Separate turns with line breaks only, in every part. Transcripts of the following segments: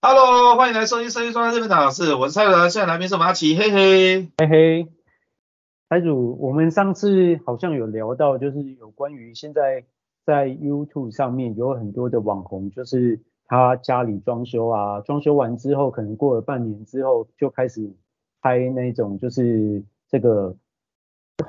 欢迎来收听《生意专家这边的老师，我是蔡伦，现在来宾是马奇，嘿嘿。
嘿嘿，财主，我们上次好像有聊到，就是有关于现在在 YouTube 上面有很多的网红，就是他家里装修啊，装修完之后，可能过了半年之后就开始拍那种就是这个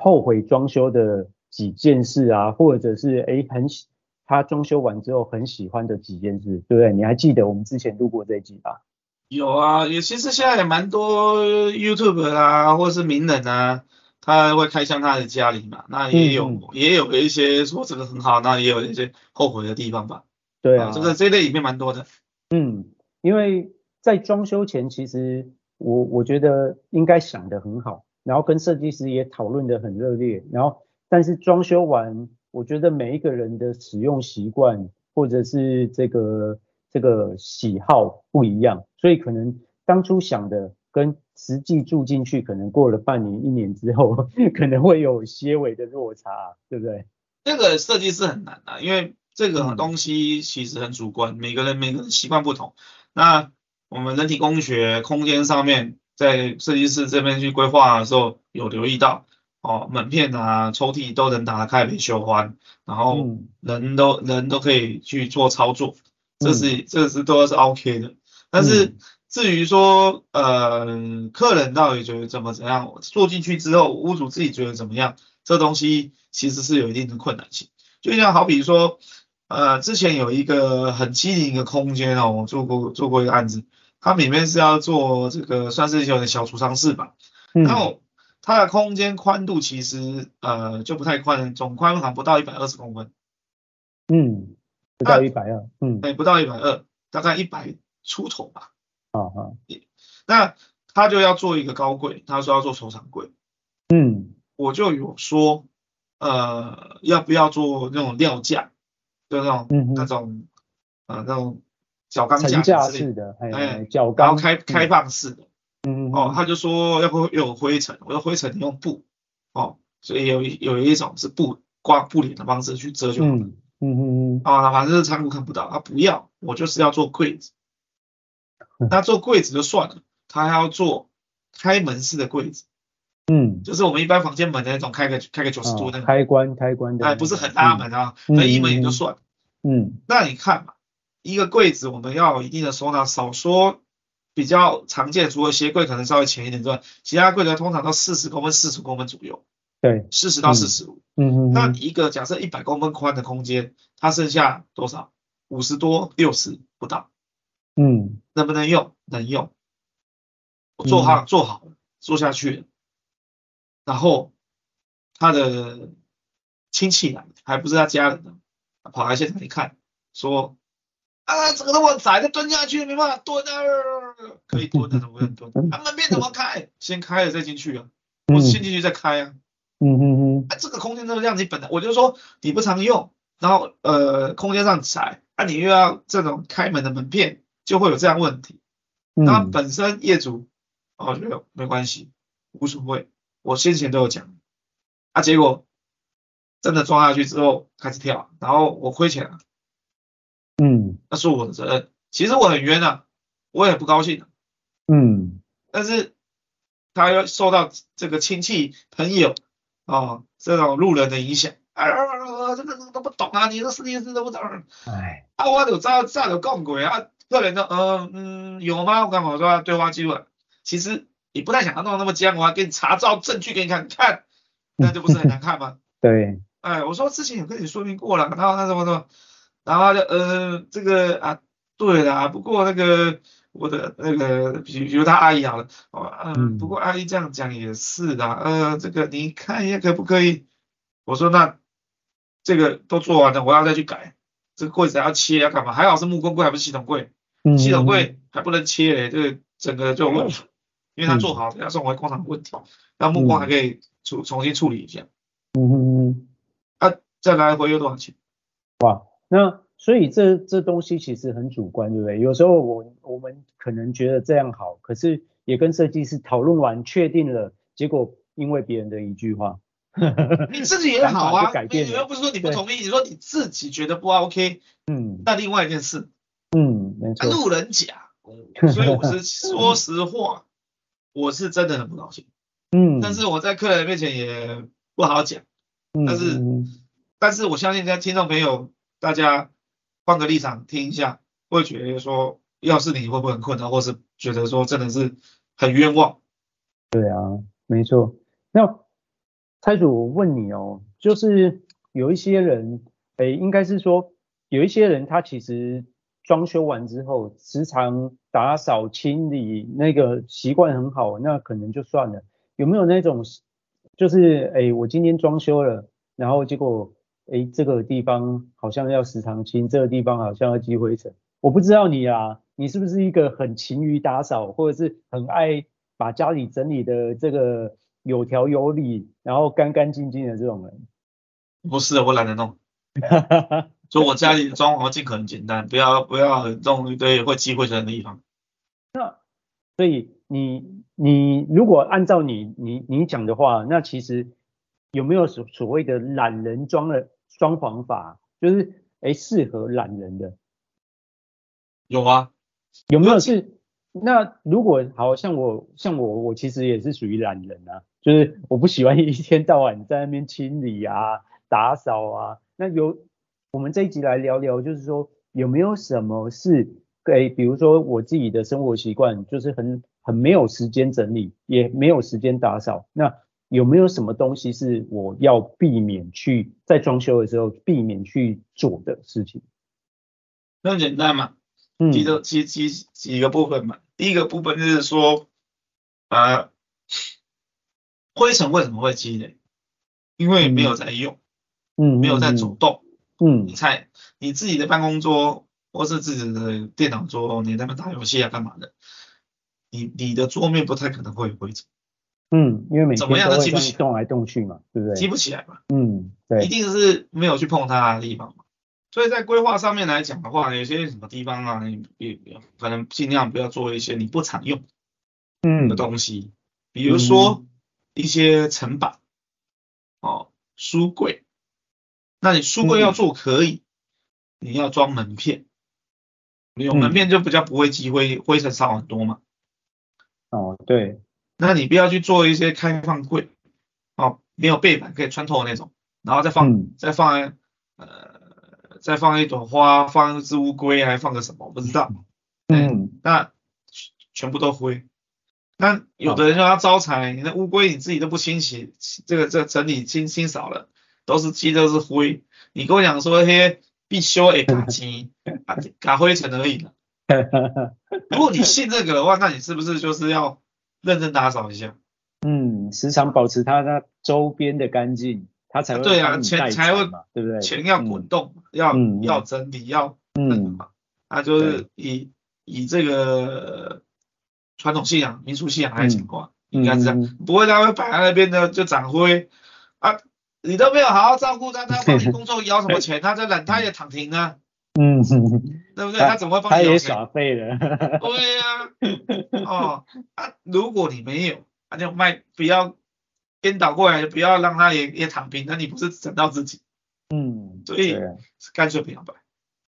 后悔装修的几件事啊，或者是诶很喜他装修完之后很喜欢的几件事，对不对？你还记得我们之前录过这一集吧？
有啊，也其实现在也蛮多 YouTube 啊，或是名人啊，他会开箱他的家里嘛，那也有、
嗯嗯
也有一些说这个很好，那也有一些后悔的地方吧。
对啊，
这个这一类里面蛮多的。
嗯，因为在装修前，其实我我觉得应该想得很好，然后跟设计师也讨论得很热烈，然后但是装修完，我觉得每一个人的使用习惯或者是这个这个喜好不一样，所以可能当初想的跟实际住进去，可能过了半年一年之后， 可能会有些微的落差，啊对不对？
这个设计是很难的、啊因为这个
嗯
东西其实很主观，每个人每个人习惯不同。那我们人体工学空间上面，在设计师这边去规划的时候，有留意到哦，门片啊、抽屉都能打得开，维修环，然后
嗯
人都人都可以去做操作，这是这是都是 OK 的。但是
嗯
至于说呃，客人到底觉得怎么怎样，做进去之后，屋主自己觉得怎么样，这东西其实是有一定的困难性。就像好比说，呃，之前有一个很机灵的空间哦，我做过做过一个案子，它里面是要做这个算是有点小储藏室吧，
嗯
然后它的空间宽度其实呃就不太宽，总宽好像不到一百二十公分，
嗯，不到一百二，嗯，
哎，不到一百二，大概一百出头吧。
好好，
那他就要做一个高柜，他说要做收藏柜，
嗯
我就有说，呃，要不要做那种料架，就那种
嗯
那
哼。
种呃那种小钢
层
架
架
之类
式
的，
的，
哎
哎，角
然后
钢
开开，放式的。
嗯嗯
哦，，他就说要不有灰尘，我说灰尘你用布，哦，所以有一有一种是布挂布帘的方式去遮就好了。
嗯嗯嗯嗯，
啊，反正是仓库看不到，他不要，我就是要做柜子。
嗯
那做柜子就算了，他还要做开门式的柜子，
嗯，
就是我们一般房间门的那种，开个开个九十度
哦
那种，
开嗯关开关的，
哎，不是很大的门啊，那一门也就算了。
嗯，
那你看嘛，一个柜子我们要有一定的收纳，少说比较常见，除了鞋柜可能稍微浅一点之外，其他柜子通常到四十公分、四十公分左右，
对，
四十到
嗯
四十五。
嗯嗯，
那一个假设一百公分宽的空间，它剩下多少？五十多、六十不到，
嗯
能不能用？能用。我做好做好了，做下去了，然后他的亲戚来，还不是他家人呢，跑来现场一看，说啊，这个那么窄，再蹲下去没办法蹲啊，可以蹲的怎么能蹲？啊，门边怎么开？先开了再进去啊，我先进去再开啊。
嗯嗯嗯
啊，这个空间这个量，你本来我就说你不常用，然后呃空间上窄，啊你又要这种开门的门片，就会有这样问题。
嗯，
那本身业主哦觉得没关系，无所谓，我先前都有讲，啊结果真的装下去之后开始跳，然后我亏钱了，
嗯
那是我的责任。其实我很冤啊，我也不高兴啊、
嗯
但是他要受到这个亲戚朋友啊、哦这种路人的影响，啊、这个都不懂啊，你这是你是都不懂啊，
哎，
我有炸炸有共轨啊，客人说，嗯嗯有吗？我干嘛我说啊对话记录啊，其实你不太想要弄得那么僵，我还给你查照证据给你看，你看那就不是很难看吗？
对，
哎，我说之前有跟你说明过了，然后他什么什么，然后他就呃这个啊，对啦，不过那个我的那个，比比如他阿姨好了，哦嗯，
嗯
不过阿姨这样讲也是啦，呃，这个你看一下可不可以？我说那这个都做完了，我要再去改，这个柜子还要切要干嘛？还好是木工柜，还不是系统柜，
嗯
系统柜还不能切嘞，这个整个就有问题，因为他做好了要送回工厂的问题，那木工还可以处重新处理一下。
嗯嗯嗯。
再来回又多少钱？
那所以这这东西其实很主观，对不对？有时候我我们可能觉得这样好，可是也跟设计师讨论完确定了，结果因为别人的一句话，
你 自己也好啊
想法就，改变了
你又不是说你不同意，你说你自己觉得不 OK，
嗯
那另外一件事，
嗯，没
啊
错，
路人甲嗯所以我是说实话， 我是真的很不高兴，
嗯，
但是我在客人面前也不好讲。
嗯
但是
嗯
但是我相信在听众朋友，大家换个立场听一下，会觉得说，要是你会不会很困扰，或是觉得说真的是很冤枉？
没错。那蔡主，我问你哦，就是有一些人，哎，应该是说有一些人，他其实装修完之后，时常打扫清理，那个习惯很好，那可能就算了。有没有那种，就是哎，我今天装修了，然后结果哎，这个地方好像要时常清，这个地方好像要积灰尘。我不知道你啊，你是不是一个很勤于打扫，或者是很爱把家里整理的这个有条有理，然后干干净净的这种人？
不是，我懒得弄，所以我家里的装潢尽可能简单，不要不要弄一堆会积灰尘的地方。
所以你你如果按照你你你讲的话，那其实有没有所所谓的懒人装的装潢法，就是哎适合懒人的？
有啊，
有没有是？那如果好像我像我我其实也是属于懒人啊，就是我不喜欢一天到晚在那边清理啊、 打扫啊。那有我们这一集来聊聊，就是说有没有什么是诶，比如说我自己的生活习惯就是很很没有时间整理，也没有时间打扫。那有没有什么东西是我要避免去在装修的时候避免去做的事情？
那很简单嘛，
嗯，
几个几几几个部分嘛。第一个部分就是说，呃，灰尘为什么会积累？因为没有在用，
嗯
没有在走，动。
嗯
你才你自己的办公桌或是自己的电脑桌，哦你在那边打游戏啊干嘛的？你你的桌面不太可能会有灰尘，
嗯，因为每
怎么
天
样
都
都
会
记
这
不
样
起
动来动去嘛，对不
积
对？
不起来嘛，
嗯，
一
对，
定是没有去碰它的地方嘛。所以在规划上面来讲的话，有些什么地方啊，你你你可能尽量不要做一些你不常用
嗯
的东西，比如说一些层板，哦，书柜，那你书柜要
嗯
做可以，你要装门片，你有门
嗯
片就比较不会积灰，灰尘少很多嘛。
哦，对，
那你不要去做一些开放柜，哦，没有背板可以穿透的那种，然后再放、
嗯
再放呃再放一朵花，放一只乌龟，还放个什么不知道，
嗯
那全部都灰。那
哦
有的人让他招财，你的乌龟你自己都不清洗，这个这个整理清清扫了，都是鸡都是灰。你跟我讲说那些必修诶卡鸡啊 卡灰尘而已了。
嗯
如果你信这个的话，那你是不是就是要认真打扫一下？
嗯，时常保持它那周边的干净，它才会
对啊
帮你
钱
带
才会
财嘛，对不对？
钱要滚动，要
嗯嗯
要整理，要
嗯，
那就是以以这个传统信仰、民俗信仰来讲的话，应
嗯
该是这样。
嗯
不会，他会摆在那边的就长灰啊，你都没有好好照顾他，他帮你工作要什么钱？他在懒，他也躺平呢，
嗯，嗯
对不对？
他
他怎么会帮
它
你
也
要钱？
耍废了，
对呀、哦啊，如果你没有，那、就卖不要颠倒过来，不要让他也也躺平，那你不是整到自己？
嗯，
所以
对啊
干脆不要摆。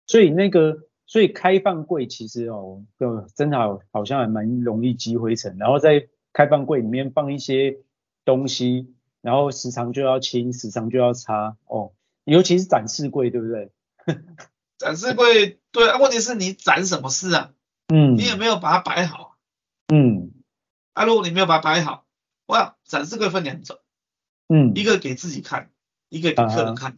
所以那个，所以开放柜其实哦，就真的好好像还蛮容易积灰尘，然后在开放柜里面放一些东西，然后时常就要清，时常就要擦哦，尤其是展示柜，对不对？
展示柜对、啊，问题是你展什么事啊？
嗯
你也没有把它摆好
嗯
啊。如果你没有把它摆好，哇，展示柜分两种，
嗯
一个给自己看，一个给客
啊
人看的。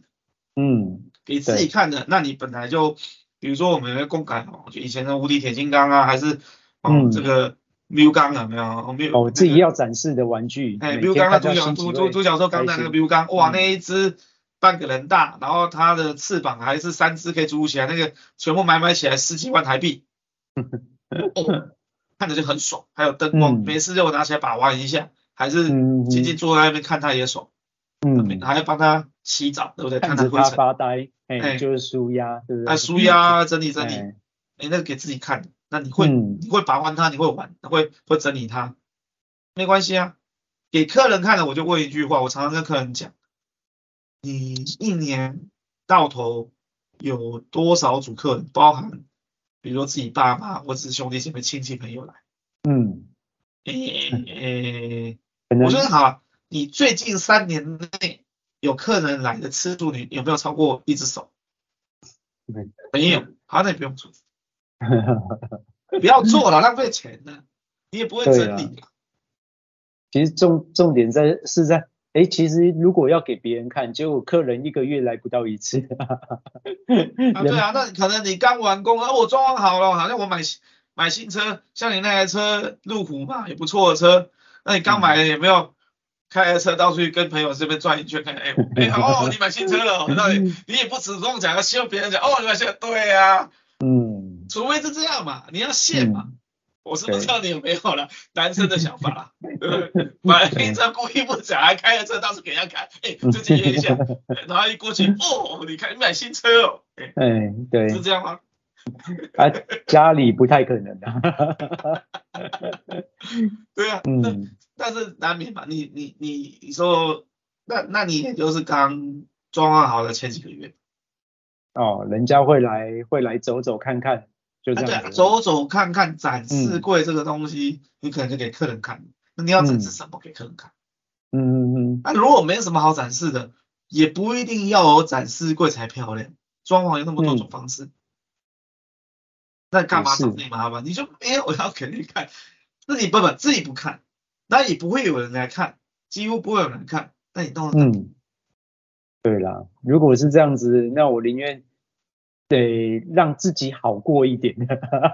嗯
给自己看的，那你本来就，比如说我们有个公改哦，就以前的无敌铁金刚啊，还是哦、
嗯
这个 Miu 钢有没有？哦，Miu-
哦，自己
那个
要展示的玩具，
哎
每
，Miu
天
钢那
看到
独角
新
独
奇
独
味
独角兽钢
开
弹那个
心
Miu 钢，哇，
嗯
那一只半个人大，然后它的翅膀还是三只可以组起来，那个全部买买起来十几万台 币，哦，看着就很爽。还有灯光，
嗯
没事就拿起来把玩一下，还是
嗯嗯
静静坐在那边看它也爽，
嗯，
还要帮它洗澡，对不对？看
看
它
着
灰
他
尘，
发呆，
哎
哎，就是舒压，对不对？
啊，舒压整理整理。
哎，
哎，那个给自己看的，那你会、
嗯
你会把玩它，你会玩，会会整理它，没关系啊。给客人看了，我就问一句话，我常常跟客人讲，你一年到头有多少组客人，包含比如说自己爸妈或是兄弟姐妹、亲戚朋友来。
嗯，
诶诶，
可能
我觉得好，啊你最近三年内有客人来的次数，你有没有超过一只手？
嗯
没有，好，那你不用做，不要做了，浪费钱呢，你也不会整理啊。
其实重重点在是在，哎，其实如果要给别人看，结果客人一个月来不到一次，嗯
啊，对啊，那可能你刚完工，啊，我装潢好了，好像我买新买新车，像你那台车路虎嘛，也不错的车，那你刚买的有没有？开台车到处去跟朋友这边转一圈，看，哎、哎、哦，你买新车了哦，
嗯
那你你也不主动讲，希望别人讲，哦，你买新车，对呀、啊，
嗯，
除非是这样嘛，你要
嗯
现嘛，我是不
对
知道你有没有啦，男生的想法啦， 对不对？买了一车故意不讲，还开了车到处给人家看，哎、最近约一 下，然后一过去，哦，你看你买新车哦，哎、
哎，对
是这样吗？
啊，家里不太可能啊，
对啊，那
嗯
但是难免嘛，你你你你说，那那你也就是刚装潢好的前几个月，
哦，人家会来会来走走看看，就
啊
这
对
样
啊，
子，
走走看看展示
嗯
柜这个东西，你可能就给客人看，那你要展示什么给客人看？
嗯嗯嗯，
那、如果没什么好展示的，也不一定要有展示柜才漂亮，装潢有那么多种方式，
嗯
那干嘛
也是
找那麻烦？你就没有要给人看，自己不不自己不看，那也不会有人来看，几乎不会有人看，那你弄得
嗯，对啦，如果是这样子，那我宁愿得让自己好过一点，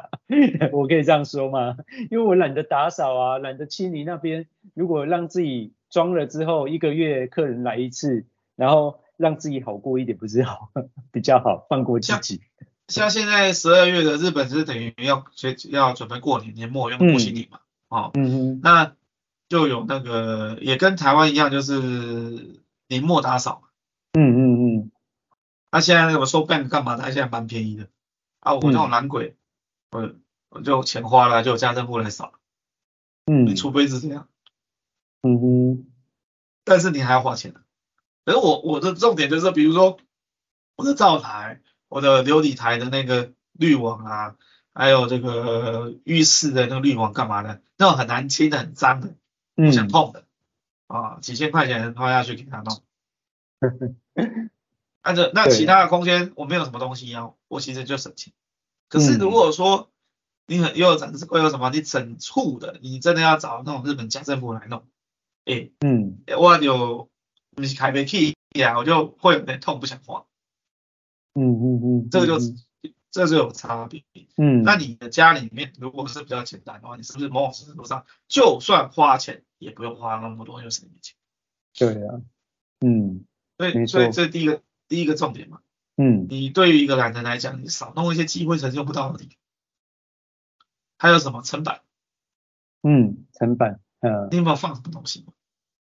我可以这样说吗？因为我懒得打扫啊，懒得清理那边。如果让自己装了之后，一个月客人来一次，然后让自己好过一点，不是好 比较好，放过自己。
像现在十二月的日本是等于要准要准备过年年末用过新年嘛，哦，
嗯哼，
那就有那个也跟台湾一样，就是年末打扫嘛。
嗯嗯嗯，
那、啊现在我收 bank 干嘛的？它现在蛮便宜的啊，我那
嗯
种懒鬼，我我就钱花了，就有家政妇来扫，
嗯
你除非是这样，
嗯哼，
但是你还要花钱、啊。可是我我的重点就是，比如说我的灶台、我的琉璃台的那个滤网啊，还有这个浴室的那个滤网干嘛的，那种很难清的、很脏的，不想
嗯，
碰的啊，几千块钱花下去给他 弄。按照那
对
其他的空间我没有什么东西要，我其实就省钱。可
嗯
是如果说你很又有展示柜有什么，你整处的，你真的要找那种日本家政府来弄，哎、
嗯，
我有你是开不起呀，我就会有点痛，不想花，
嗯嗯嗯，
这个就这就有差别。
嗯，
那你的家里面如果是比较简单的话，你是不是某种程度上就算花钱也不用花那么多，又省一笔钱？
对啊，嗯
所以
没
所以
错
这第一个第一个重点嘛，
嗯
你对于一个懒人来讲，你少弄一些机会成就不到的地方。还有什么成本？
嗯，成本，嗯。
你有没有放什么东西吗？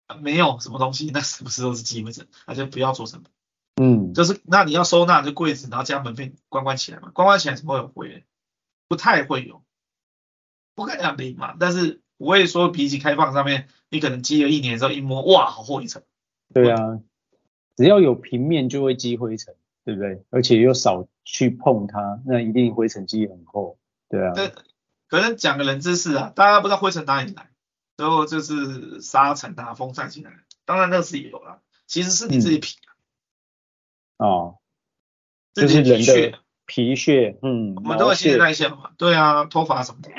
啊没有什么东西， 那是不是都是机会成？那就不要做成本。
嗯，
就是那你要收纳这柜子，然后将门被关关起来嘛，关关起来怎么会有会员？不太会有，不敢讲零嘛，但是不会说比起开放上面，你可能积了一年之后一摸，哇，好厚一层。
对啊，只要有平面就会积灰尘，对不对？而且又少去碰它，那一定灰尘积很厚。对啊，
对呃可能讲个冷知识啊，大家不知道灰尘哪里来，然后就是沙尘啊、风扇进来，当然那是有啦，其实是你
嗯
自己皮，
哦，
自己
就是人
皮
的
屑，
皮屑，嗯，
我们都有
毛
新陈
屑，嗯
代谢嘛，对啊，头发什么的，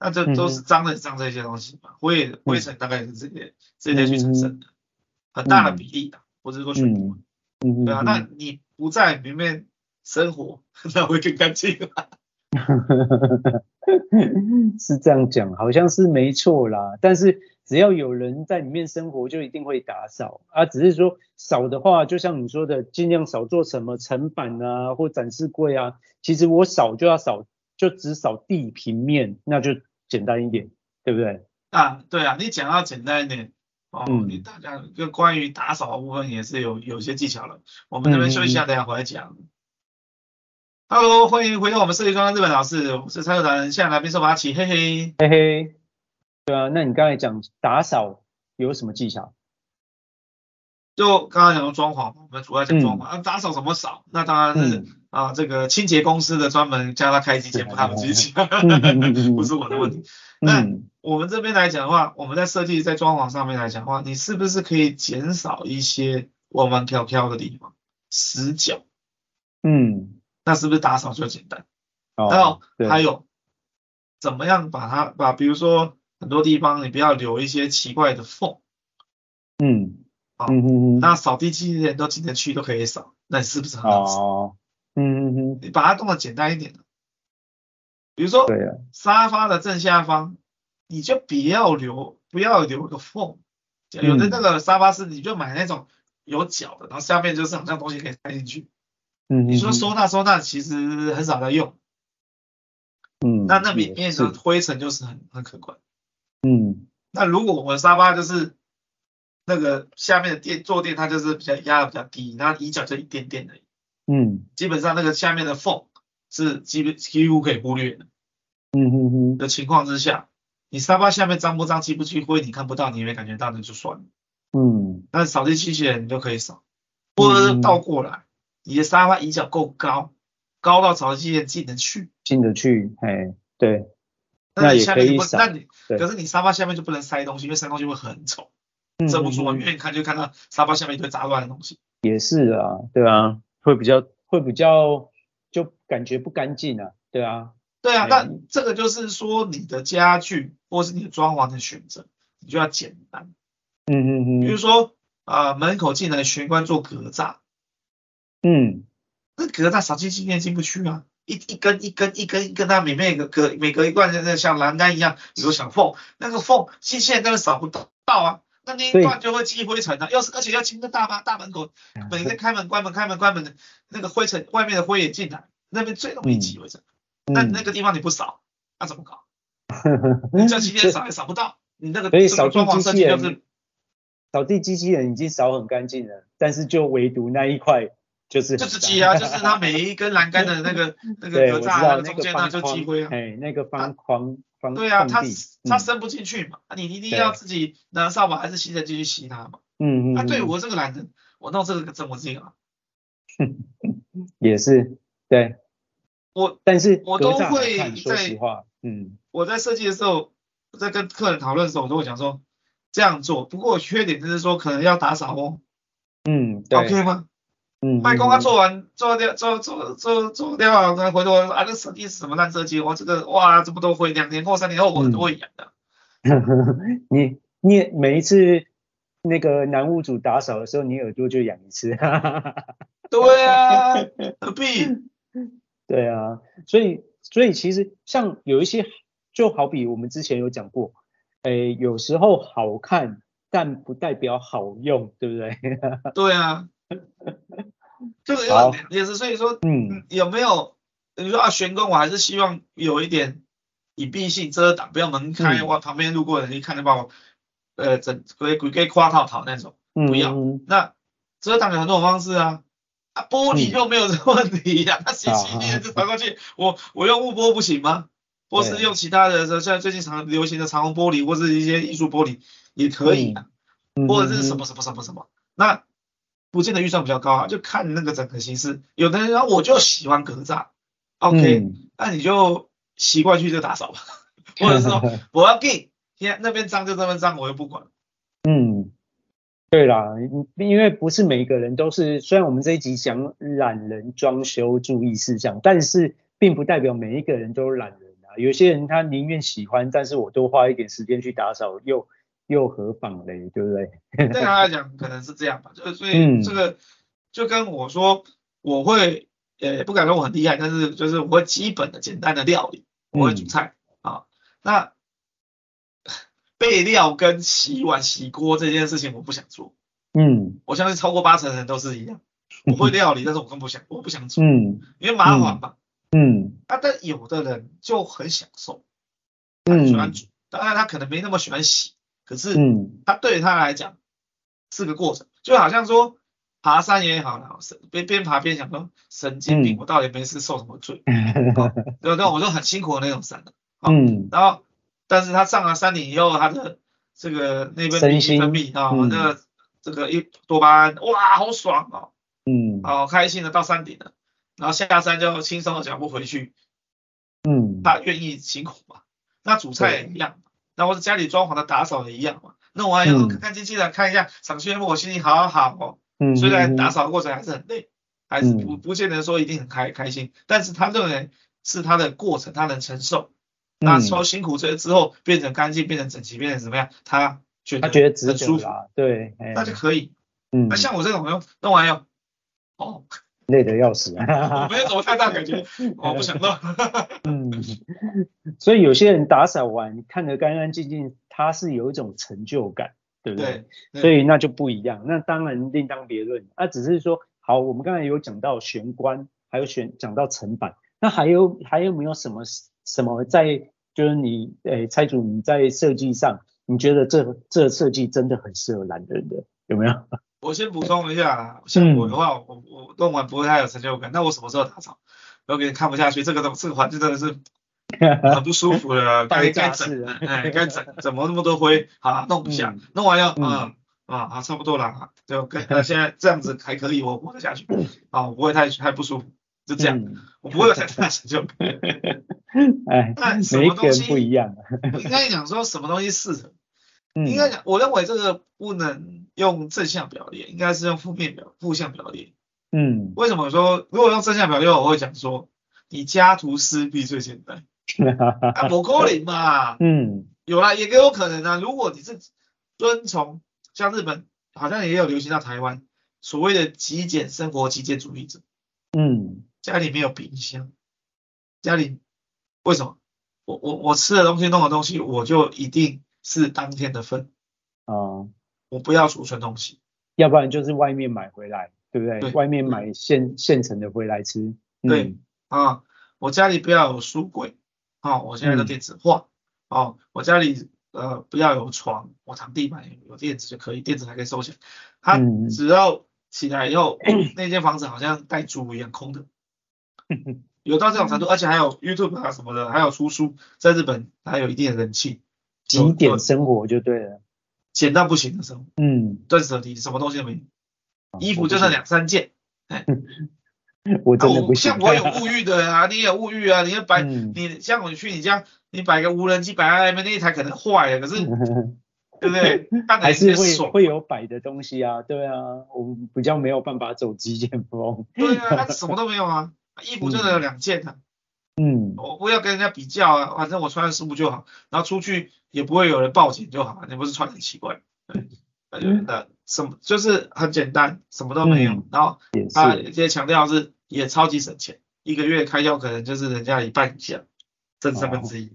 那这都是脏的脏这些东西嘛，灰灰尘大概是这些这些去产生的，很大的比例的，不是说全部，
嗯嗯，
对啊，那你不在里面生活， 那会更干净啊，
嗯 是这样讲，好像是没错啦。但是只要有人在里面生活，就一定会打扫啊。只是说少的话，就像你说的，尽量少做什么层板啊或展示柜啊。其实我扫就要扫，就只扫地平面，那就简单一点，对不对？
啊，对啊，你讲要简单一点。哦，
嗯
你大家就关于打扫的部分也是有有些技巧了。我们这边休息一下，等一下回来讲。Hello，欢迎回到我们设计专家日本老师，我是蔡社达人，现在来宾是马奇，嘿嘿。
嘿嘿，对啊。那你刚才讲打扫有什么技巧？
就刚刚讲到装潢嘛，我们主要讲装潢，啊，打扫怎么扫？那当然是、
嗯
啊，这个清洁公司的专门叫他开机节目，他们自己讲，不是我的问题。那
嗯
我们这边来讲的话，我们在设计在装潢上面来讲的话，你是不是可以减少一些弯弯飘飘的地方、死角？
嗯，
那是不是打扫就简单？然
哦
后，
对，
还有怎么样把它把，比如说很多地方你不要留一些奇怪的缝，
嗯，
好
嗯哼哼，
那扫地机器人都进得去都可以扫，那你是不是很好扫？
哦，嗯哼
你把它弄得简单一点。比如说
哼，对啊，
沙发的正下方，你就不要留，不要留个缝。有的
嗯
那个沙发是，你就买那种有角的，然后下面就是好像东西可以塞进去。
嗯哼哼，
你说收纳收纳，其实很少在用，
嗯，
那那里
也
面
是
的灰尘就是很很可观。
嗯
那如果我们沙发就是那个下面的垫坐垫，它就是比较压的比较低，那椅脚就一点点而已，
嗯
基本上那个下面的缝是基本几乎可以忽略的。
嗯哼哼，
的情况之下，你沙发下面脏不脏、积不积灰，你看不到，你也没感觉到，那就算了。
嗯
但是扫地机器人你就可以扫，或者是倒过来，你的沙发椅脚够高，高到扫地机器人进得去，
进得去，哎，对，
那
那
你
也
下
可
面就
以
不，
扫
那你
对
可是你沙发下面就不能塞东西，因为塞东西会很丑，遮不住啊，
嗯嗯嗯
远远看就看到沙发下面一堆杂乱的东西。
也是啊，对啊，会比较会比较就感觉不干净啊，对啊，
对啊，
嗯
那这个就是说你的家具或是你的装潢的选择，你就要简单，
嗯哼
比如
哼，
说啊、呃门口进来玄关做格栅。
嗯
那隔在扫地机器人进不去啊，一一根一根一根一根，它每面一个隔每隔一段像像栏杆一样有小缝，那个缝机器人根本扫不到啊，那那一
对
段就会积灰尘啊，要是而且要进个大巴大门口，
嗯
每天开门关门开门关门的，那个灰尘外面的灰也进来，那边最
嗯
容易积灰尘，那你那个地方你不扫，那怎么搞？你叫机器人扫也扫不到，你那个
嗯所
这
以
个
扫地
装潢
机
设
器
计就
人，
是
扫地机器人已经扫很干净了，但是就唯独那一块就是
就
很
是
脏
积啊，就是它每一根栏杆的那 个那
对，
个
我
隔
知
栅那个
道那
中
个
间那
方
就
框
积灰啊。
哎，那个方框方
对啊，
空
它
地
它
嗯
伸不进去嘛，啊你一定
对
要自己拿扫把还是吸尘器去吸它嘛。
嗯嗯，
啊，对
嗯
我这个懒人，我弄这个整我自己啊，
也是对，
我
但是
我
格
都
栅好
会
看说
在
实话，嗯
我在设计的时候，我在跟客人讨论的时候，我都会讲说这样做，不过缺点就是说可能要打扫哦
嗯对，
，OK 吗？
嗯
卖
嗯
光他
嗯
做完做掉做做做做掉啊，那回头啊那设计是什么烂设计，我这个哇这么多灰，两年后三年后我
嗯
都会养的。
你你也每一次那个男屋主打扫的时候，你耳朵就痒一次。
对啊，何必？
对啊，所以所以其实像有一些，就好比我们之前有讲过，诶，有时候好看，但不代表好用，对不对？
对啊，就是有
好
两件事，所以说
嗯
嗯，有没有你说啊玄关，我还是希望有一点隐蔽性遮挡，不要门开，
嗯
哇，旁边路过的人一看就把我呃整鬼鬼给夸套套那种。不要
嗯
那遮挡有很多种方式啊，啊玻璃就没有这个问题
嗯
呀、那机器人就传过去，我我用雾玻不行吗？或是
对
用其他的，现在最近常流行的长虹玻璃或是一些艺术玻璃也可以啊。
嗯
或者是什
嗯
么什么什么什么，那不见得预算比较高啊，就看那个整个形式。有的人说我就喜欢格栅，OK，、
嗯
那你就习惯去就打扫吧， 或者是说我要 gay，现在那边脏就这边脏，我又不 管。
嗯，对啦，因因为不是每个人都是，虽然我们这一集讲懒人装修注意事项，但是并不代表每一个人都懒人啊。有些人他宁愿喜欢，但是我多花一点时间去打扫，又又何妨嘞，对不对？
对他来讲可能是这样吧，就所
嗯
以这个就跟我说我会，呃，不敢说我很厉害，但是就是我会基本的简单的料理，我
嗯
会煮菜啊，那 备料跟洗碗洗锅这件事情我不想做。
嗯
我相信超过八成的人都是一 样。我会料理，但是我更不想，我不想煮，
嗯
因为麻烦嘛。
嗯
啊，但有的人就很享受，他很喜欢
嗯
煮，当然他可能没那么喜欢洗，可是
嗯
他对于他来讲是个过程，就好像说爬山也好了，神边边爬边想说神经病，
嗯
我到底没事受什么罪？对对，我就很辛苦的那种山的。
嗯
然后，但是他上了山顶以后，他的这个内分
身
泌
心
分泌啊，
嗯
那个这个一多巴胺，哇，好爽哦，
嗯
好开心的到山顶了，然后下山就轻松的脚步回去，
嗯，
他愿意辛苦嘛，那煮菜也一样嘛，那或者家里装潢的打扫也一样嘛，那我还要
嗯
看看经纪人看一下赏月幕，我心情好好哦，
嗯
虽然打
嗯
扫的过程还是很累，还是不不见得说一定很开开心，但是他认为是他的过程，他能承受。那
嗯
受辛苦这之后变成干净，变成整齐，变成怎么样，他觉
嗯
得
他觉得值
很舒
得
服，
啦，对，哎
那就可以。
嗯
那像我这种用弄完要， 哦，
累得要死，啊
我没有什么太大感觉， 我不想弄。
嗯，所以有些人打扫完看得干干净净，他是有一种成就感，对不
对，对
所以那就不一样，那当然另当别论。那、只是说，好，我们刚才有讲到玄关，还有选讲到层板，那还有还有没有什么什么在就是你诶蔡主你在设计上，你觉得这这设计真的很适合懒人的，有没有？
我先补充一下啦，像我的话，我我弄完不会太有成就感。那我什么时候打扫？我给你看不下去，这个东这个环境真的 是很不舒服了，
放
该
假
该
是
整了，
啊
哎，该整，怎么那么多灰？好啦，弄不下
嗯，
弄完要，
嗯
嗯，啊，好，差不多啦，就跟呃现在这样子还可以，我活得下去，啊，我不会太太不舒服，就这样，
嗯，
我不会有太大成就感。
哎，
但什
每一
么
个
东
人
西
不一样啊，
应该讲说什么东西适合，
嗯，
应该讲，我认为这个不能用正向表列，应该是用负面表负向表列。
嗯，
为什么说如果用正向表列，我会讲说你家徒四壁最简单，啊，不可能嘛。
嗯
有啦，也有可能啊。如果你是遵从像日本，好像也有流行到台湾所谓的极简生活、极简主义者，
嗯
家里没有冰箱，家里为什么？我我我吃的东西、弄的东西，我就一定是当天的份，
啊、
我不要储存东西。
要不然就是外面买回来，对不对？
对
外面
对
买现现成的回来吃。嗯、
对啊，我家里不要有书柜，啊，我现在都
嗯
电子化，哦、我家里呃不要有床，我躺地板有垫子就可以，垫子还可以收起来。它
嗯
只要起来以后，那间房子好像带猪一样空 的，有到这种程度，而且还有 YouTube 啊什么的，还有出书，在日本还有一定的人气，有
极
有
点生活就对了。
简到不行的时候，
嗯，
断舍离什么东西都没有，衣服就
哦我
那
不行
两三件。
我
那
真的不行。
像我有物欲的啊，你也有物欲啊，你 要摆、
嗯
你像我去你家，你摆个无人机摆在那边，那一台可能坏了，可是对不 对？看
嗯还
起来
是
也
会
爽，
会有摆的东西啊，对啊，我们比较没有办法走极简风。
对啊，他什么都没有啊，衣服就那两件啊，
嗯
我不要跟人家比较啊，反正我穿的舒服就好，然后出去也不会有人报警就好，你不是穿得很奇怪，对，那就那什么就是很简单，什么都没有，
嗯
然后
也是。
他直接强调是也超级省钱，一个月开销可能就是人家一半以下，甚至三分之一。
哦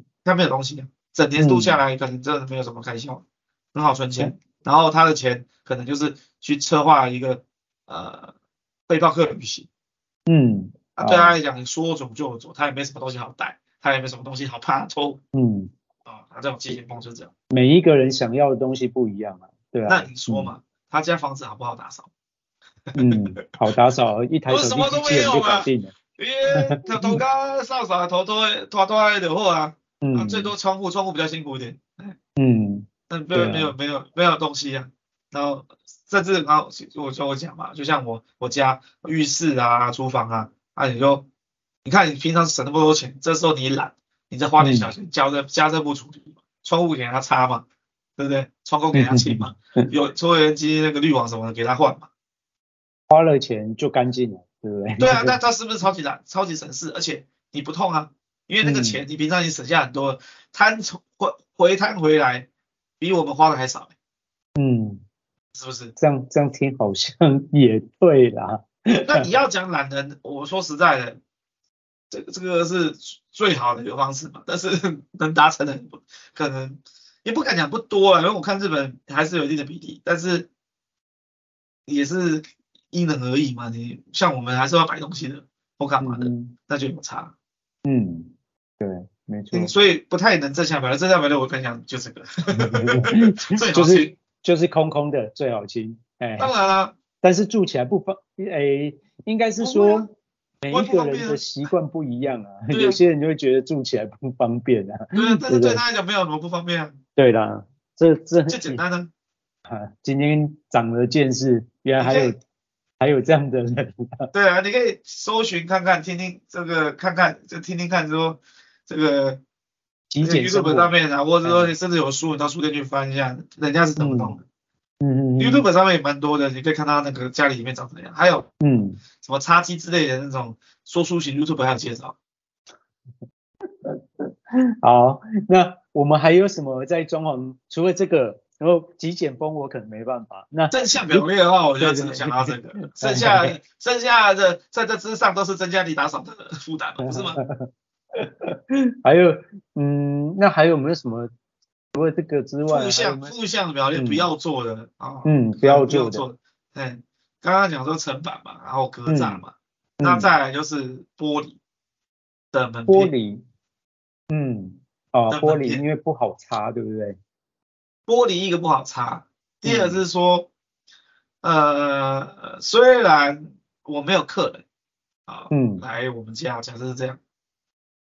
他没有东西啊，整年度下
嗯
来可能真的没有什么开销，很好存钱。然后他的钱可能就是去策划一个呃背包客旅行，
嗯
啊、
哦
对他来讲说走就走，他也没什么东西好带，他也没什么东西好怕偷
嗯，
啊，他这种极限梦就是这样。
每一个人想要的东西不一样啊，对啊。
那你说嘛，他家房子好不好打扫？
嗯？嗯，好打扫， 一台
我
手
什
机
么
机
都
器
没
人
有
就搞
啊
定了。
因为他头家扫扫头拖拖拖的就好啊。啊，
嗯，
最多窗户，窗户比较辛苦一点，
嗯
但没
对
有
啊
没有没有没有东西啊。然后甚至然后我就我讲嘛，就像我我家浴室啊、厨房啊，啊你就你看你平常省那么多钱，这时候你懒，你再花点小
嗯
钱交这家政部处理嘛，窗户给他擦嘛，对不对？窗口给他清 嘛，有抽油烟机那个滤网什么的给他换嘛。
花了钱就干净了，对不对？
对啊，那他是不是超级懒、超级省事？而且你不痛啊，因为那个
嗯
钱你平常已经省下很多了，摊从回回摊回来比我们花的还少、
嗯，
是不是
？这样这样听好像也对啦。
那你要讲懒人，我说实在的，这个这个是最好的一个方式嘛，但是能达成的可能也不敢讲不多啊，因为我看日本还是有一定的比例，但是也是因人而异嘛。你像我们还是要摆东西的或干嘛的，
嗯
那就有差。
嗯，对，哎没错
嗯，，所以不太能正向表达，正向表达我跟你讲就这个，嗯 最
就
好
是
是
就是空空的最好清，哎，
当然啦、
但是住起来不方，哎，应该是
不会啊
说每
会
一
不
个
方便
人
啊
的习惯不一样啊，
对啊
有些人就会觉得住起来不方便啊。
对，但是
对
对他来讲没有什么不方便啊，
对啦，这这
就简单啊。
啊，今天长了见识，原来还有
对
还有这样的人，
对啊，你可以搜寻看看，听听这个看看，就听听看说这个
极简生活哎
YouTube 上面啊，或者说甚至有书，你到书店去翻一下，人家是怎么弄的。
嗯嗯嗯
YouTube 上面也蛮多的，你可以看他那个家里里面长怎样，还有
嗯，
什么叉鸡之类的那种说书型 YouTube 还有介绍。
好，那我们还有什么在装潢？除了这个，然后极简风我可能没办法。那
正向表列的话，我就只能想到这
哎
个，剩下剩下的在这之上都是增加你打扫的负担嘛，不是吗？
还有，嗯，那还有没有什么？除了这个之外，
负
还有
向
没有
负向表列
嗯
不要做的啊，
嗯，不
不
要
做
做的，
对，刚刚讲说层板嘛，然后格栅嘛，
嗯
那再来就是玻璃的门
玻
片，
璃，嗯，啊，
那
玻
门
璃
片
因为不好擦，对不对？
玻璃一个不好擦，第二个是说，
嗯
呃，虽然我没有客人啊
嗯
来我们家，假设是这样，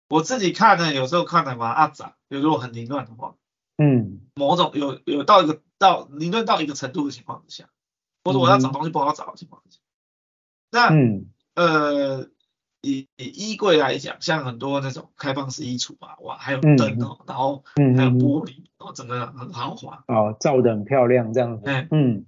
我自己看呢，有时候看的蛮阿杂，有时候很凌乱的话，
嗯
某种有有到一个到凌乱到一个程度的情况之下，或者我要找东西不好找的情况之下，那
嗯
呃，以以衣柜来讲，像很多那种开放式衣橱嘛，哇，还有
嗯
灯哦，然后
嗯
还有
嗯，
玻璃，然后整个很豪华。
哦，照的很漂亮这样子，
哎，
嗯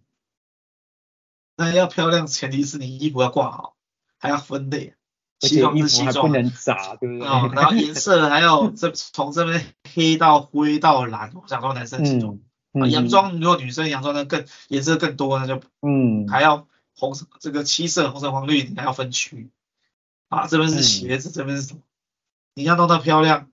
那要漂亮，前提是你衣服要挂好，还要分类，
而
西
且
装
衣
是
服
西
还不
装啊
能杂，对不对？
哦，然后颜色还有这从这边黑到灰到蓝，我想说男生西装，
嗯
啊
嗯，
洋装如果女生洋装那更颜色更多，那就
嗯，
还要红色这个七色红橙黄绿，你还要分区啊，这边
嗯
是鞋子，这边是什么？你要弄到漂亮。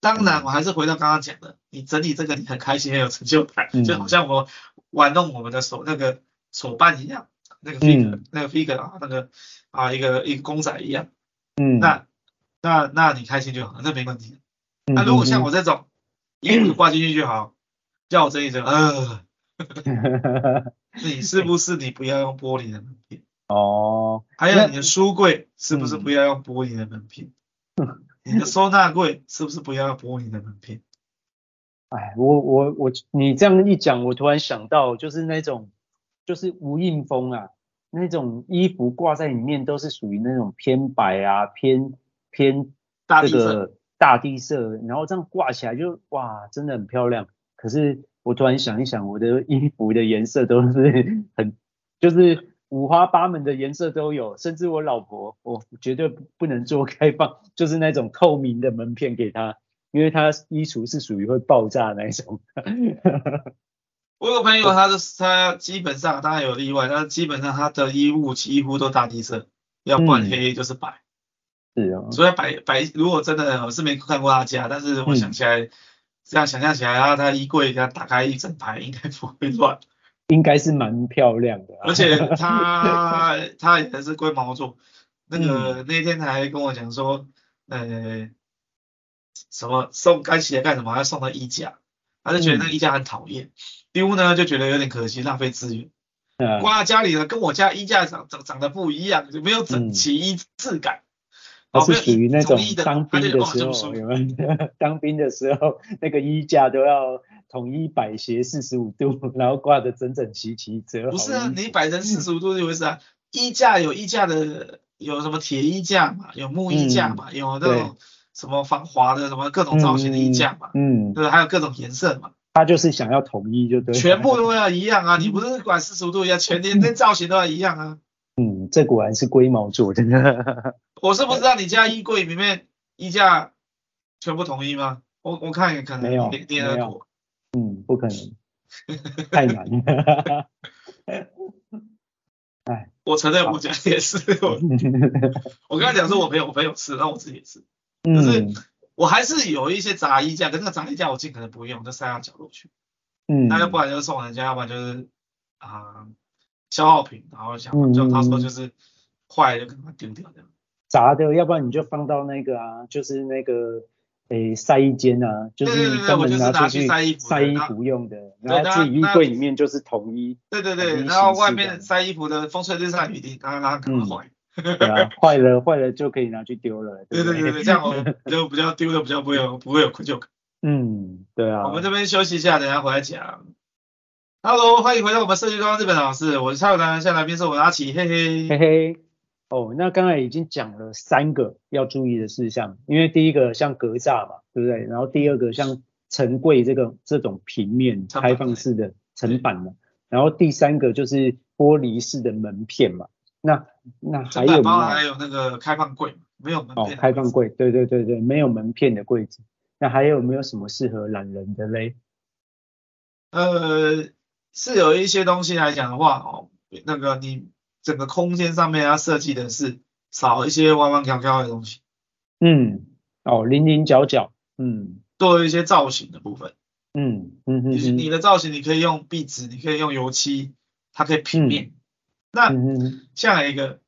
当然，
嗯
我还是回到刚刚讲的，你整理这个你很开心，很有成就感，
嗯
就好像我玩弄我们的手那个手办一样，那个 figure、
嗯
那个 figure 啊，那个啊一个一个公仔一样，
嗯，
那那那你开心就好，那没问题。
嗯
那、如果像
嗯
我这种，一个挂进去就好，叫我整理整理，呃，
嗯
你是不是你不要用玻璃的门片？
哦，
还
那
有哎你的书柜是不是
嗯
不要用玻璃的门片？你的收纳柜是不是不要用玻璃的门片？
哎，我我我，你这样一讲，我突然想到，就是那种，就是无印风啊，那种衣服挂在里面都是属于那种偏白啊，偏偏
大
这
地震，
个大地色，然后这样挂起来就哇，真的很漂亮。可是我突然想一想，我的衣服的颜色都是很，就是五花八门的颜色都有，甚至我老婆，我绝对不不能做开放，就是那种透明的门片给她，因为她衣橱是属于会爆炸的那一种。
我有朋友，他的他基本上当然有例外，但是基本上他的衣物几乎都大地色，要不然
嗯
黑就是白。
是哦，
所以白白，如果真的我是没看过他家，但是我想起来，这样想象起来，他他衣柜给他打开一整排，应该不会乱。
应该是蛮漂亮的啊、
而且 他他也是龟毛座，那个、
嗯
那天还跟我讲说，呃，什么送该鞋干什么，还送他衣架，他就觉
嗯
得那个衣架很讨厌，丢呢就觉得有点可惜，浪费资源。
嗯
挂在家里呢，跟我家衣架长长长得不一样，就没有整齐一致感。
嗯它
哦
是属于那种
没有统一的
当
他
兵
就
的
哦
时
这么说
候，有没有？ 当兵的时候，那个衣架都要统一摆斜四十五度，然后挂得整整齐齐，折好衣服。
不是啊，你摆成四十五度就回事啊。衣架有衣架的，有什么铁衣架嘛，有木衣架嘛，
嗯
有那种什么防滑的，什么各种造型的衣架嘛，
嗯，嗯，
对，还有各种颜色嘛，
他就是想要统一就对了。
全部都要一样啊。你不是管四十五度一样，全连那造型都要一样啊。
嗯，这果然是龟毛做的。
我是不知道你家衣柜里面衣架全部统一吗？我我看也可能
没有
你你的
没有嗯，不可能，太难了。
我承认我家也是，我我跟他讲说我朋友我朋友吃，然后我自己也吃。
嗯
我还是有一些杂衣架，可是那个杂衣架我尽可能不用，就塞到角落去。
嗯，
那要不然就是送人家，要不然就是啊、消耗品，然后想啊就他说就是坏了就赶快丢掉这样。
杂的，要不然你就放到那个啊，就是那个诶晒衣间啊，就
对对
是
对
专
我就
门
是拿
出
去
去
晒衣服的
晒衣
那
服用的，
对
然
那
后自己衣
那
柜里面就是统一，
对对
统
对，
一
然后
形
外
式的
面塞衣服的风吹日晒雨淋，然后让它赶快坏。
对啊，坏了坏了就可以拿去丢了，
对
不
对对对，这样我就比较丢的比较不会有不会有愧疚感。
嗯，对啊，
我们这边休息一下，等一下回来讲 Hello，欢迎回到我们设计装日本老师，我是蔡友南，现在来宾是我们阿奇，嘿嘿。
嘿嘿，哦，那刚才已经讲了三个要注意的事项，因为第一个像格栅嘛，对不对？然后第二个像陈柜这个这种平面
层板
开放式的层板嘛，然后第三个就是玻璃式的门片嘛。那那还
正版
有没
包
有？
还有那个开放柜，没有门啊
哦
片，的
开放
柜子
柜，对对对对，没有门片的柜子。那还有没有什么适合懒人的嘞？
呃，是有一些东西来讲的话，哦，那个你整个空间上面它设计的是少一些弯弯翘翘的东西，
嗯，哦，零零角角，嗯
做一些造型的部分。
嗯嗯嗯
你你
嗯
的造型你可以用壁纸，你可以用油漆，它可以平面。那
嗯嗯
下来一个，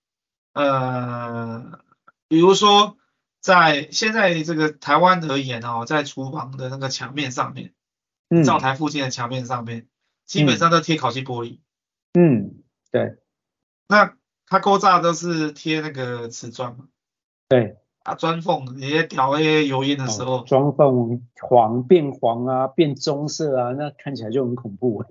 呃，比如说在现在这个台湾而言哦，在厨房的那个墙面上面，
嗯，
灶台附近的墙面上面，基本上都贴烤漆玻璃，
嗯，对
那它勾栅都是贴那个瓷砖嘛，
对，
啊砖缝，你在调那些油烟的时
哦
候，
装凤黄变黄啊，变棕色啊，那看起来就很恐怖。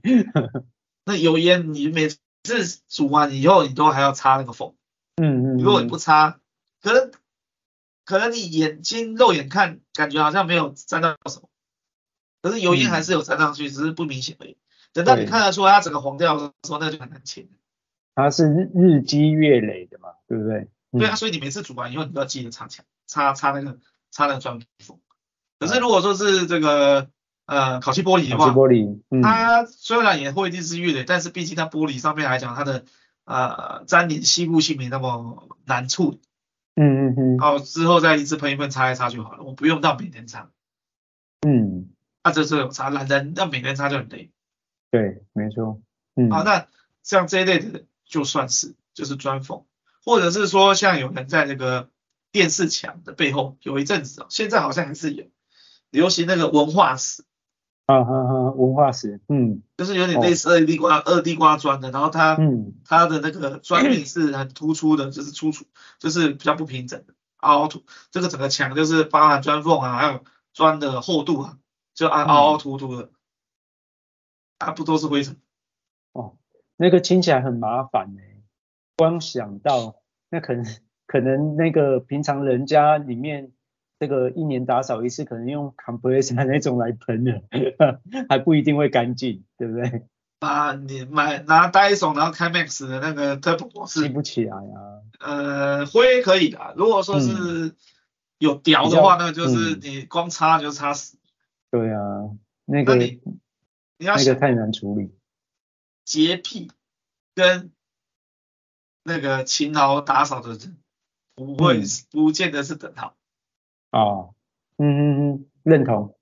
那油烟你每次煮完以后，你都还要擦那个缝，
嗯嗯，
如果你
嗯
不擦，可能可能你眼睛肉眼看感觉好像没有沾到什么，可是油烟
嗯
还是有沾上去，只是不明显而已。等到你
对
看得出来它整个黄掉的时候，那就很难清。
它是日日积月累的嘛，对不对？嗯
对啊，所以你每次煮完以后，你都要记得擦墙，擦擦那个擦那个钻缝。可是如果说是这个呃烤漆玻璃的
小
话
吃，玻璃，嗯
它虽然也会日积月累，但是毕竟它玻璃上面来讲，它的呃粘连吸附性没那么难处理。
嗯嗯嗯
哦，之后再一次喷一喷，擦一擦就好了，我不用到每天擦。
嗯，
啊，这是有擦，懒人要每天擦就很累。
对，没错，嗯
啊，那像这一类的就算是就是砖缝，或者是说像有人在那个电视墙的背后有一阵子哦，现在好像还是有流行那个文化石，
啊哈哈，文化史，嗯
就是有点类似二地瓜、二地瓜砖的，然后它、
嗯
它的那个砖面是很突出的，就是突出就是比较不平整的凹凸，这个整个墙就是包含砖缝啊，还有砖的厚度啊，就
嗯
凹凹凹凸凸的，啊不都是灰尘。
哦，那个听起来很麻烦呢、光想到那可能可能那个平常人家里面这个一年打扫一次，可能用 compressor 那种来喷的， 还不一定会干净，对不对？
啊，你买拿 Dyson 然后开 Max 的那个 Turbo 模
吸
式，
不起来啊。
呃，灰可以的。如果说是有屌的话，
比较
那就是
嗯
你光擦就擦死。
对啊，那
那
个
你你要
那个
想
太难处理。
洁癖跟那个勤劳打扫的人，不会
嗯
不见得是等号。
哦，嗯嗯嗯，认同，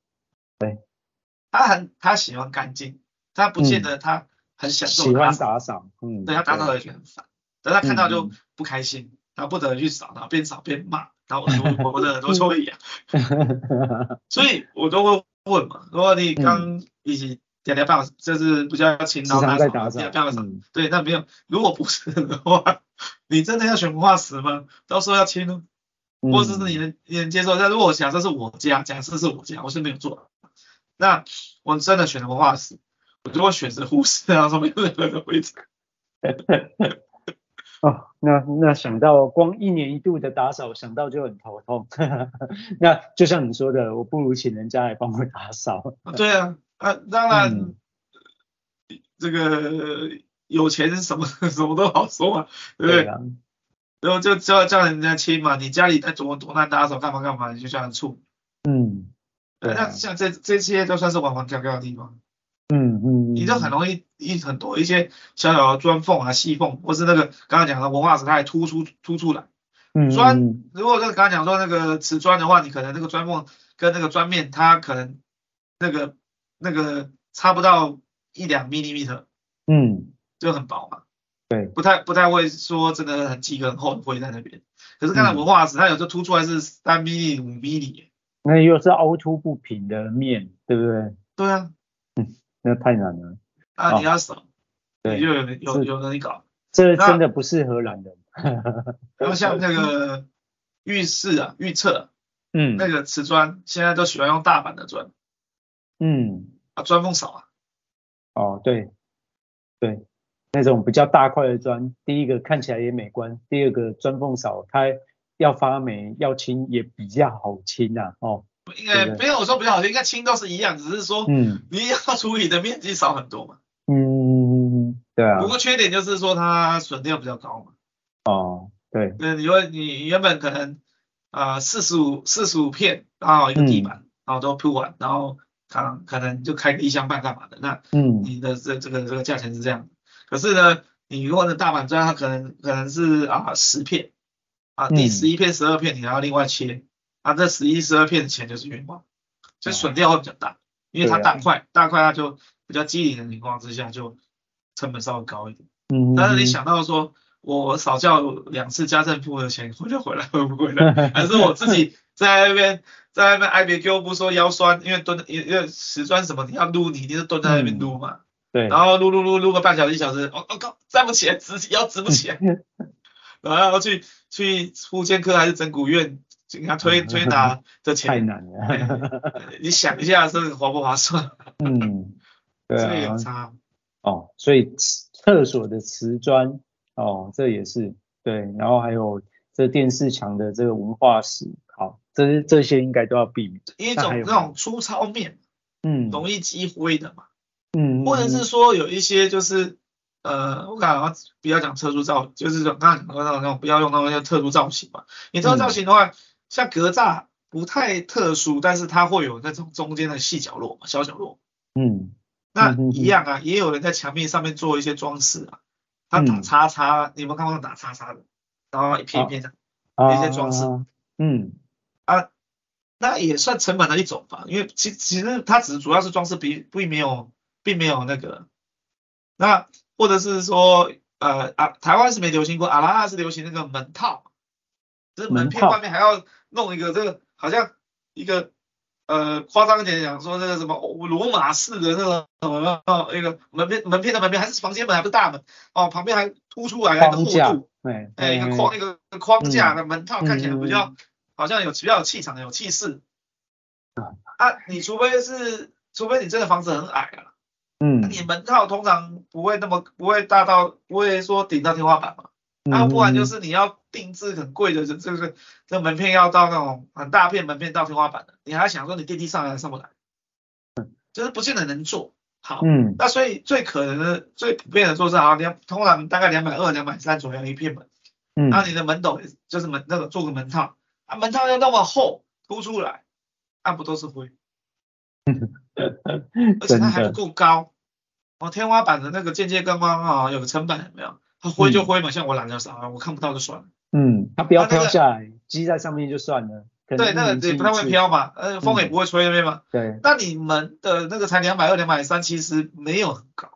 他很他喜欢干净，他不见
嗯
得他很享受
喜
打
欢
扫，
打扫，嗯，
对他打扫的觉得很烦，等他看到就
嗯
不开心，然后不得去扫，然后边扫边骂，然后我就我的耳朵就会痒。
对，
所以我都会问嘛，如果
嗯
你刚一起点点半，就是比较勤
时
劳
常在打
打
扫
扫，不要扫。
嗯，
对，那没有，如果不是的话， 你真的要选化石吗？到时候要清哦，或者是你
嗯
能你能接受？但如果假设是我家，假设是我家，我是没有做的，那我真的选了化石，我就会选择忽视啊，上面任何的灰尘。
哦，那那想到光一年一度的打扫，想到就很头痛。 那就像你说的，我不如请人家来帮我打扫。
对啊，啊，当然。
嗯
这个有钱什么什么都好说嘛，对不对
对？啊，
然后就叫叫人家亲嘛，你家里在多多难打扫干嘛干嘛，你就叫人处。
嗯，对
那
啊，
像这这些都算是玩玩跳跳的地方，
嗯嗯，
你就很容易一很多一些小小的砖缝啊、细缝，或是那个刚刚讲的文化石，它还突出突出来。
易
钻
嗯
如果是刚刚讲说那个瓷砖的话，你可能那个砖缝跟那个砖面，它可能那个那个差不到一两 m i m
嗯，
就很薄嘛，
对
不太不太会说真的很几个很厚的灰在那边。可是刚才
嗯
文化石，它有时候凸出来是三 m 五 m
那又是凹凸不平的面，对不对？
对啊，
那太难了，
啊，
好
你要少，
哦对
你就有人有
是
有能力搞。
这
那
真的不适合懒人。
然后像那个浴室啊、预测、
嗯
那个瓷砖，现在都喜欢用大板的砖
嗯，
啊，砖缝少啊，
哦对，对，那种比较大块的砖，第一个看起来也美观，第二个砖缝少，它要发霉要清也比较好清啊，哦，
应该
对对
没有说比较好听，应该清都是一样，只是说
嗯
你要处理的面积少很多嘛。
嗯，对啊
不，过缺点就是说它损量比较高嘛。
哦，对，
对，你会你原本可能啊四十五四十五片，然后一个地板，然后都铺完，然后可能可能就开个一箱半干嘛的，那
嗯
你的这这个这个价钱是这样的。可是呢，你如果是大板砖，它可能可能是啊十片啊，
嗯
第十一片、十二片你还要另外切，啊这十一、十二片的钱就是冤枉，所以损掉会比较大，因为它
对啊
大块、大块它就比较机灵的情况之下，就成本稍微高一点。
嗯，
但是 你想到说，我少交两次家政部的钱，我就回来回不回 来？还是我自己在那边在那边挨别丢，不说腰酸，因为蹲因为石砖什么，你要撸你一定是蹲在那
嗯
边撸嘛，
对，
然后撸撸撸撸个半小时一小时，我、我靠，站不起来，直腰直不起 来，然后去去妇健科还是整骨院，给他推推拿的
嗯太
钱，
难了，
你想一下是划不划算？
嗯，对
这
啊
有，差，
哦，所以瓷厕所的瓷砖，哦，这也是对，然后还有这电视墙的这个文化史，好，这些这些应该都要避免。
一
那还
种
有
那种粗糙面
嗯，
容易积灰的嘛。
嗯，嗯，
或者是说有一些就是呃，我感觉不要讲特殊造，就是刚刚讲到那种那种不要用到那些特殊造型嘛。你特殊造型的话，像格栅不太特殊，但是它会有那种中间的细角落嘛，小角落。
嗯，
那
嗯嗯嗯
一样啊，也有人在墙面上面做一些装饰啊，他打
嗯
叉叉，你有没有看过那种打叉叉的？然后一片一片的，
啊，
一些装饰
嗯，
那也算成本的一种吧，因为其其实它只主要是装饰，并并没有并没有那个，那或者是说呃啊，台湾是没流行过，阿拉亚是流行那个门套，就是门片
门套
外面还要弄一个这个，好像一个呃夸张一点讲说那个什么哦罗马式的那种什么哦一个门片门片的门片还是房间门还不是大门哦，旁边还凸出来的厚
框架
度，，
哎，
哎一个
嗯
框一个框架
嗯
的门套看起来比较。好像有比较有气场、有气势。啊，你除非是，除非你真的房子很矮啊，
嗯，
那你门套通常不会那么不会大到不会说顶到天花板嘛，
嗯
啊，不然就是你要定制很贵的，这这个这门片要到那种很大片门片到天花板的，你还想说你电梯上来上不来，就是不见得能做好。
嗯，
那所以最可能的、最普遍的做是好，两通常大概两百二、两百三左右一片门。
嗯，
然后你的门斗也是就是门那个做个门套，啊门套要那么厚凸出来，那、不都是灰？而且
真
它还不
的，
够高，哦天花板的那个间接灯光啊、有个成本有没有？它灰就灰嘛，像我懒得扫，啊我看不到就算了。
嗯，它不要
它那
飘
个
下来，积在上面就算了，可能
对，那个
一年
也不太
嗯进
会
一次，
飘嘛，呃风也
嗯
不会吹那边嘛。
对，
那你门的那个才两百二、两百三，其实没有很高。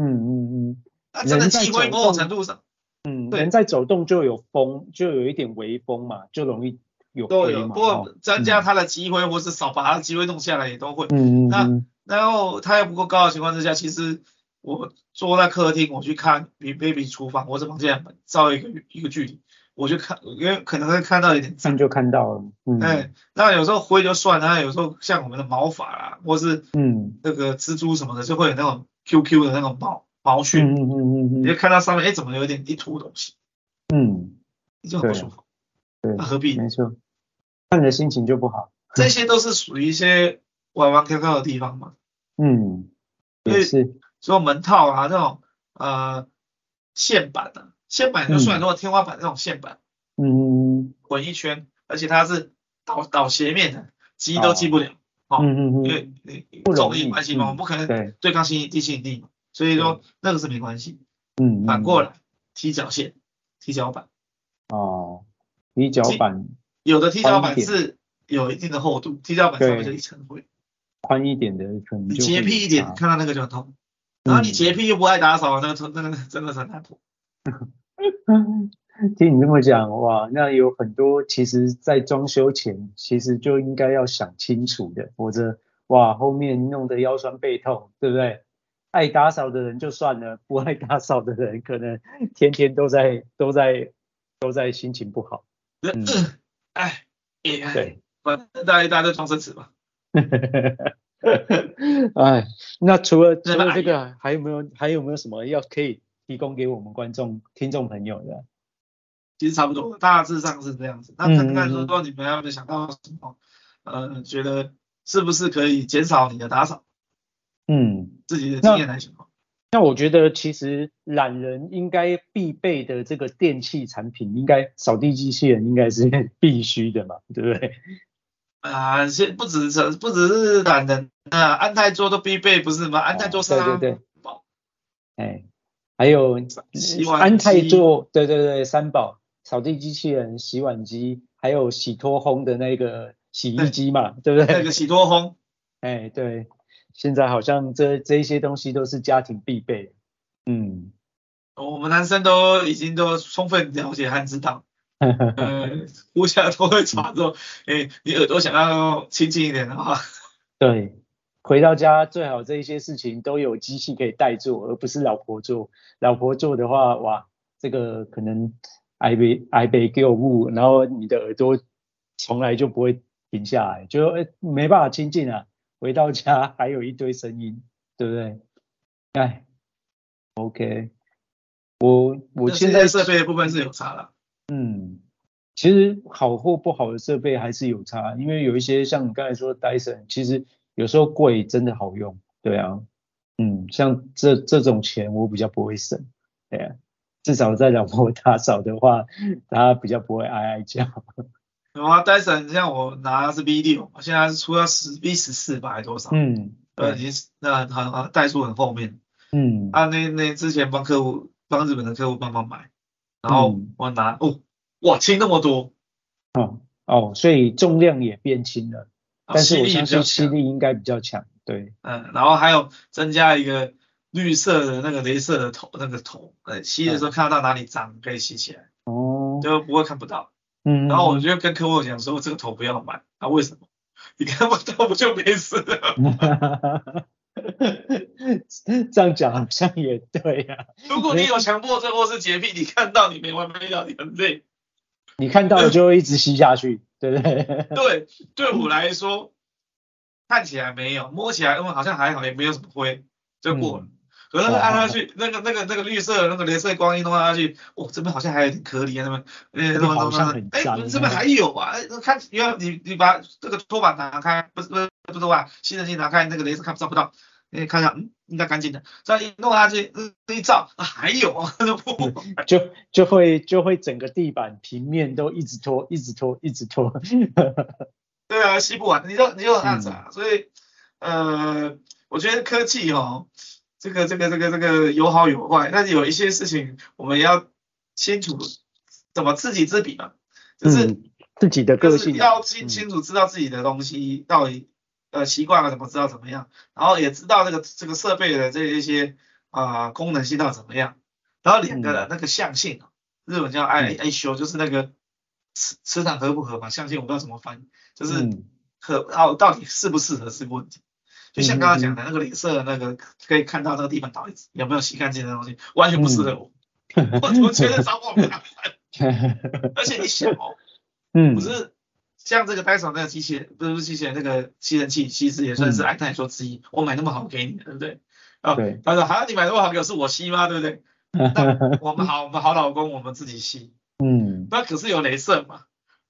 嗯嗯嗯
那真的
人在
积灰
走
某种
动
程度上
嗯，
对
人在走动就有风，就有一点微风嘛，就容易有
都
灰
有，
嘛，
不过
哦
增加它的积灰或是少把它的积灰弄下来也都会。
嗯嗯
那
嗯，
然后它又不够高的情况之下，其实我坐在客厅，我去看比 baby 厨房或者房间门稍微一个一个距离，我就看，因为可能会看到一点
看
脏。
就看到了，嗯
哎，那有时候灰就算了，那有时候像我们的毛发啦，或是
嗯
那个蜘蛛什么的，就会有那种 QQ 的那种毛毛
嗯
絮，
嗯嗯嗯
你就
嗯
看到上面，哎，怎么有一点一坨东西，
嗯，
你就很不
对
舒服。
对
那何必？
没错，看着心情就不好，
这些都是属于一些玩玩 QQ 的地方嘛。
嗯，也
对
是，
说门套啊那种呃线板啊，线板就算，
嗯
如果天花板那种线板
嗯
滚一圈，而且它是倒倒斜面的，击都击不了，因
嗯嗯嗯，
为你重力关系嘛，
嗯
我们不可能
对，
对抗吸引地吸引力嘛，所以说那个是没关系。
嗯，
反过
来
来踢脚线、踢脚板，
哦，踢脚板
有的踢脚板
宽一点
是有一定的厚度，踢脚板上面就一层灰，
宽一点的可能
你
就会
洁癖一点
有，差
看到那个就很痛。然后你
嗯
洁癖又不爱打扫，那个那个真的是很难过。
听你这么讲，哇，那有很多其实，在装修前其实就应该要想清楚的，否则哇，后面弄得腰酸背痛，对不对？爱打扫的人就算了，不爱打扫的人可能天天都在都在都在心情不好。嗯，
哎，也
对，
反正大家大家都装奢侈嘛。
哎，那除了除
那哎么
了
矮
这个，还有没有还有没有什么要可以提供给我们观众听众朋友的？
其实差不多，大致上是这样子。那
嗯
看看说说你们有没有想到什么，呃，觉得是不是可以减少你的打扫？
嗯，
自己的经验来讲，
那我觉得其实懒人应该必备的这个电器产品，应该扫地机器人应该是 必须的嘛，对不对？
啊，现、不只是不只是懒人啊，安泰桌都必备不是吗？安泰桌是
对
啊，
对对哎，还有
洗碗
安泰
机
座，对对对，三宝扫地机器人、洗碗机，还有洗脱烘的那个洗衣机嘛，对不
那
对
个？洗多烘，
哎，对，现在好像这这一些东西都是家庭必备。嗯，
我们男生都已经都充分了解和知道，
嗯
呃，呼下都会抓住，哎、你耳朵想要清近一点的话，
对，回到家最好这一些事情都有机器可以代做，而不是老婆做。老婆做的话，哇，这个可能挨被挨被给我误，然后你的耳朵从来就不会停下来，就、呃没办法清静啊。回到家还有一堆声音，对不对？哎，OK，我我
那
现
这
在
些设备的部分是有差了。
嗯，其实好或不好的设备还是有差，因为有一些像你刚才说的 Dyson，其实有时候贵真的好用，对啊，嗯，像这这种钱我比较不会省，对啊，至少在老婆打扫的话，她比较不会哀哀叫，
然后戴森啊像我拿的是 V 六，现在是出到十 V 十四吧，还多少？
嗯，
呃，已经是那很很代数很后面。
嗯，
啊，那那之前帮客户帮日本的客户帮忙买，然后
嗯
我拿哦，哇，轻那么多，
哦哦，所以重量也变轻了，
啊
但是
吸
我
力也
相
比较
信吸
强。
力应该比较强，对，
嗯，然后还有增加一个绿色的那个镭射的头那个头，呃，吸
嗯
的时候看得到哪里脏可以吸起来，
哦，
就不会看不到。
嗯，
然后我就跟客户讲说，我这个头不要买，啊，为什么？你看不到不就没事了？
嗯 这样讲好像也对啊呀、
如果你有强迫症或是洁癖，你看到你没完没了，你很累。
你看到了就会一直吸下去， 对不对？
对，对我来说，看起来没有，摸起来因嗯为好像还好，也没有什么灰，就过了。
嗯
可是那个按下去，那个那个那个绿色的那个镭射光一弄下去，哦，这边好像还有点颗粒啊，那边，呃，
这
那
边
边
好像很
哎，
脏哦
你这边还有啊？哎，那看，原来你你把这个拖把拿开，不是不是不是拖把，吸尘器拿开，那个镭射看不照不到，你看一下，嗯，应该干净的。这样一弄下去，嗯，一照，啊，还有啊，就不
就就会就会整个地板平面都一直拖，一直拖，一直拖。
对啊，吸不完，你就你就这样子啊。所以，呃，我觉得科技哦，这个这个这个这个有好有坏，但是有一些事情我们要清楚怎么知己知彼嘛，就是、
嗯，自己的
就
个
是
性啊
要清
嗯
清楚知道自己的东西到底呃习惯了怎么知道怎么样，然后也知道这个这个设备的这一些啊、呃功能性到底怎么样，然后两个的那个象性啊，日本叫爱爱修，就是那个磁磁场合不合嘛，象性我不知道怎么翻译，就是。
嗯
可到到底适不适合是个问题。就像刚刚
嗯
讲的那个镭射的那个，可以看到那个地板到底有没有洗干净的东西，完全不适合我。
嗯
我我觉得超爆麻烦，而且你想哦，
嗯，
不是像这个 Dyson 那个机器人，不是机器人那个吸尘器，其实也算是
嗯
爱探索之一。我买那么好给你的，对不对？啊、
对
他说好，你买那么好给我是我吸吗？对不对？那我们好，我们好老公，我们自己吸。
嗯
那可是有镭射嘛，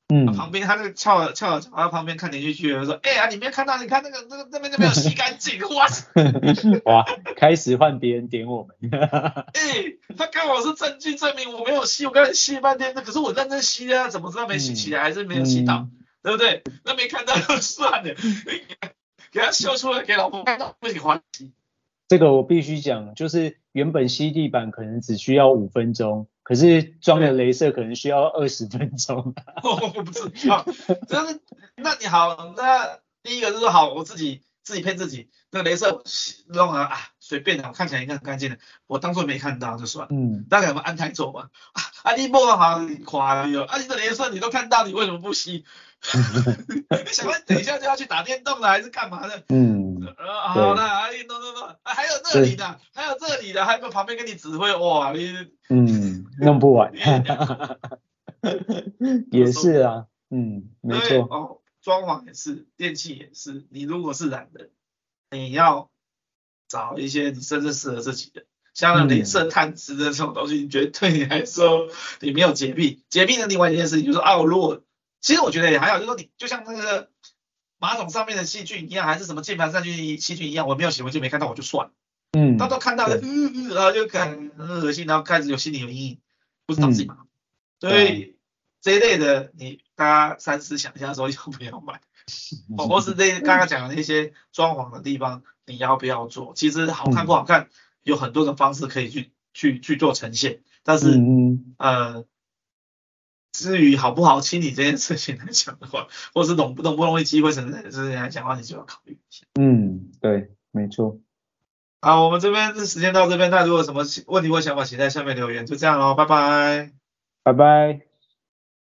嗯，
旁边他那个翘了翘了脚，他旁边看连续剧，说：“哎、呀，你没看到？你看那个那个那边就没有洗干净，哇塞！
哇，开始换别人点我们，
哎、 他刚好是证据证明我没有吸，我刚才吸了半天，那可是我认真吸啊，怎么知道没吸起来，还是没有吸
嗯
到，对不对？那没看到就算了，给他秀出来给老婆看到，不行还击。
这个我必须讲，就是原本吸地板可能只需要五分钟，可是装了镭射可能需要二十分钟。
我不知道，但是那你好，那第一个就是好，我自己自己骗自己，那个镭射弄啊啊随便的，我看起来应该很干净的，我当做没看到就算了。”
嗯，
大概有没有安泰做嘛？啊，啊你莫好你垮了哟！啊，你的连胜你都看到，你为什么不吸？你想问等一下就要去打电动了，还是干嘛的？
嗯，
呃，
对
好啦，啊，运动运动，啊，还有这里的，还有这里的，还有旁边跟你指挥，哇，你
嗯，弄不完
你，也
也是啊，嗯，没
对
错，
哦，装潢也是，电器也是，你如果是懒人，你要找一些你真正适合自己的。
嗯
像镭射探知的这种东西，你觉得对你来说你没有洁癖？洁癖的另外一件事情就是啊，我如果其实我觉得也还好，就是说你就像那个马桶上面的细菌一样，还是什么键盘上去细菌一样，我没有喜欢就没看到我就算了。
嗯
到到看到了，嗯嗯，然后就感很恶心，然后开始有心理有阴影，不知道自己
嗯
嘛。所以这一类的，你大家三思想一下，说要不要买，
嗯
哦或是这刚刚讲的那些装潢的地方，你要不要做？其实好看不好看，有很多的方式可以去去去做呈现，但是
嗯
呃，至于好不好清理这件事情来讲的话，或是容不容不容易积灰尘这件事情来讲的话，你就要考虑一下。
嗯，对，没错。
好，我们这边是时间到这边，那如果有什么问题或想法，请在下面留言。就这样喽，拜拜。
拜拜。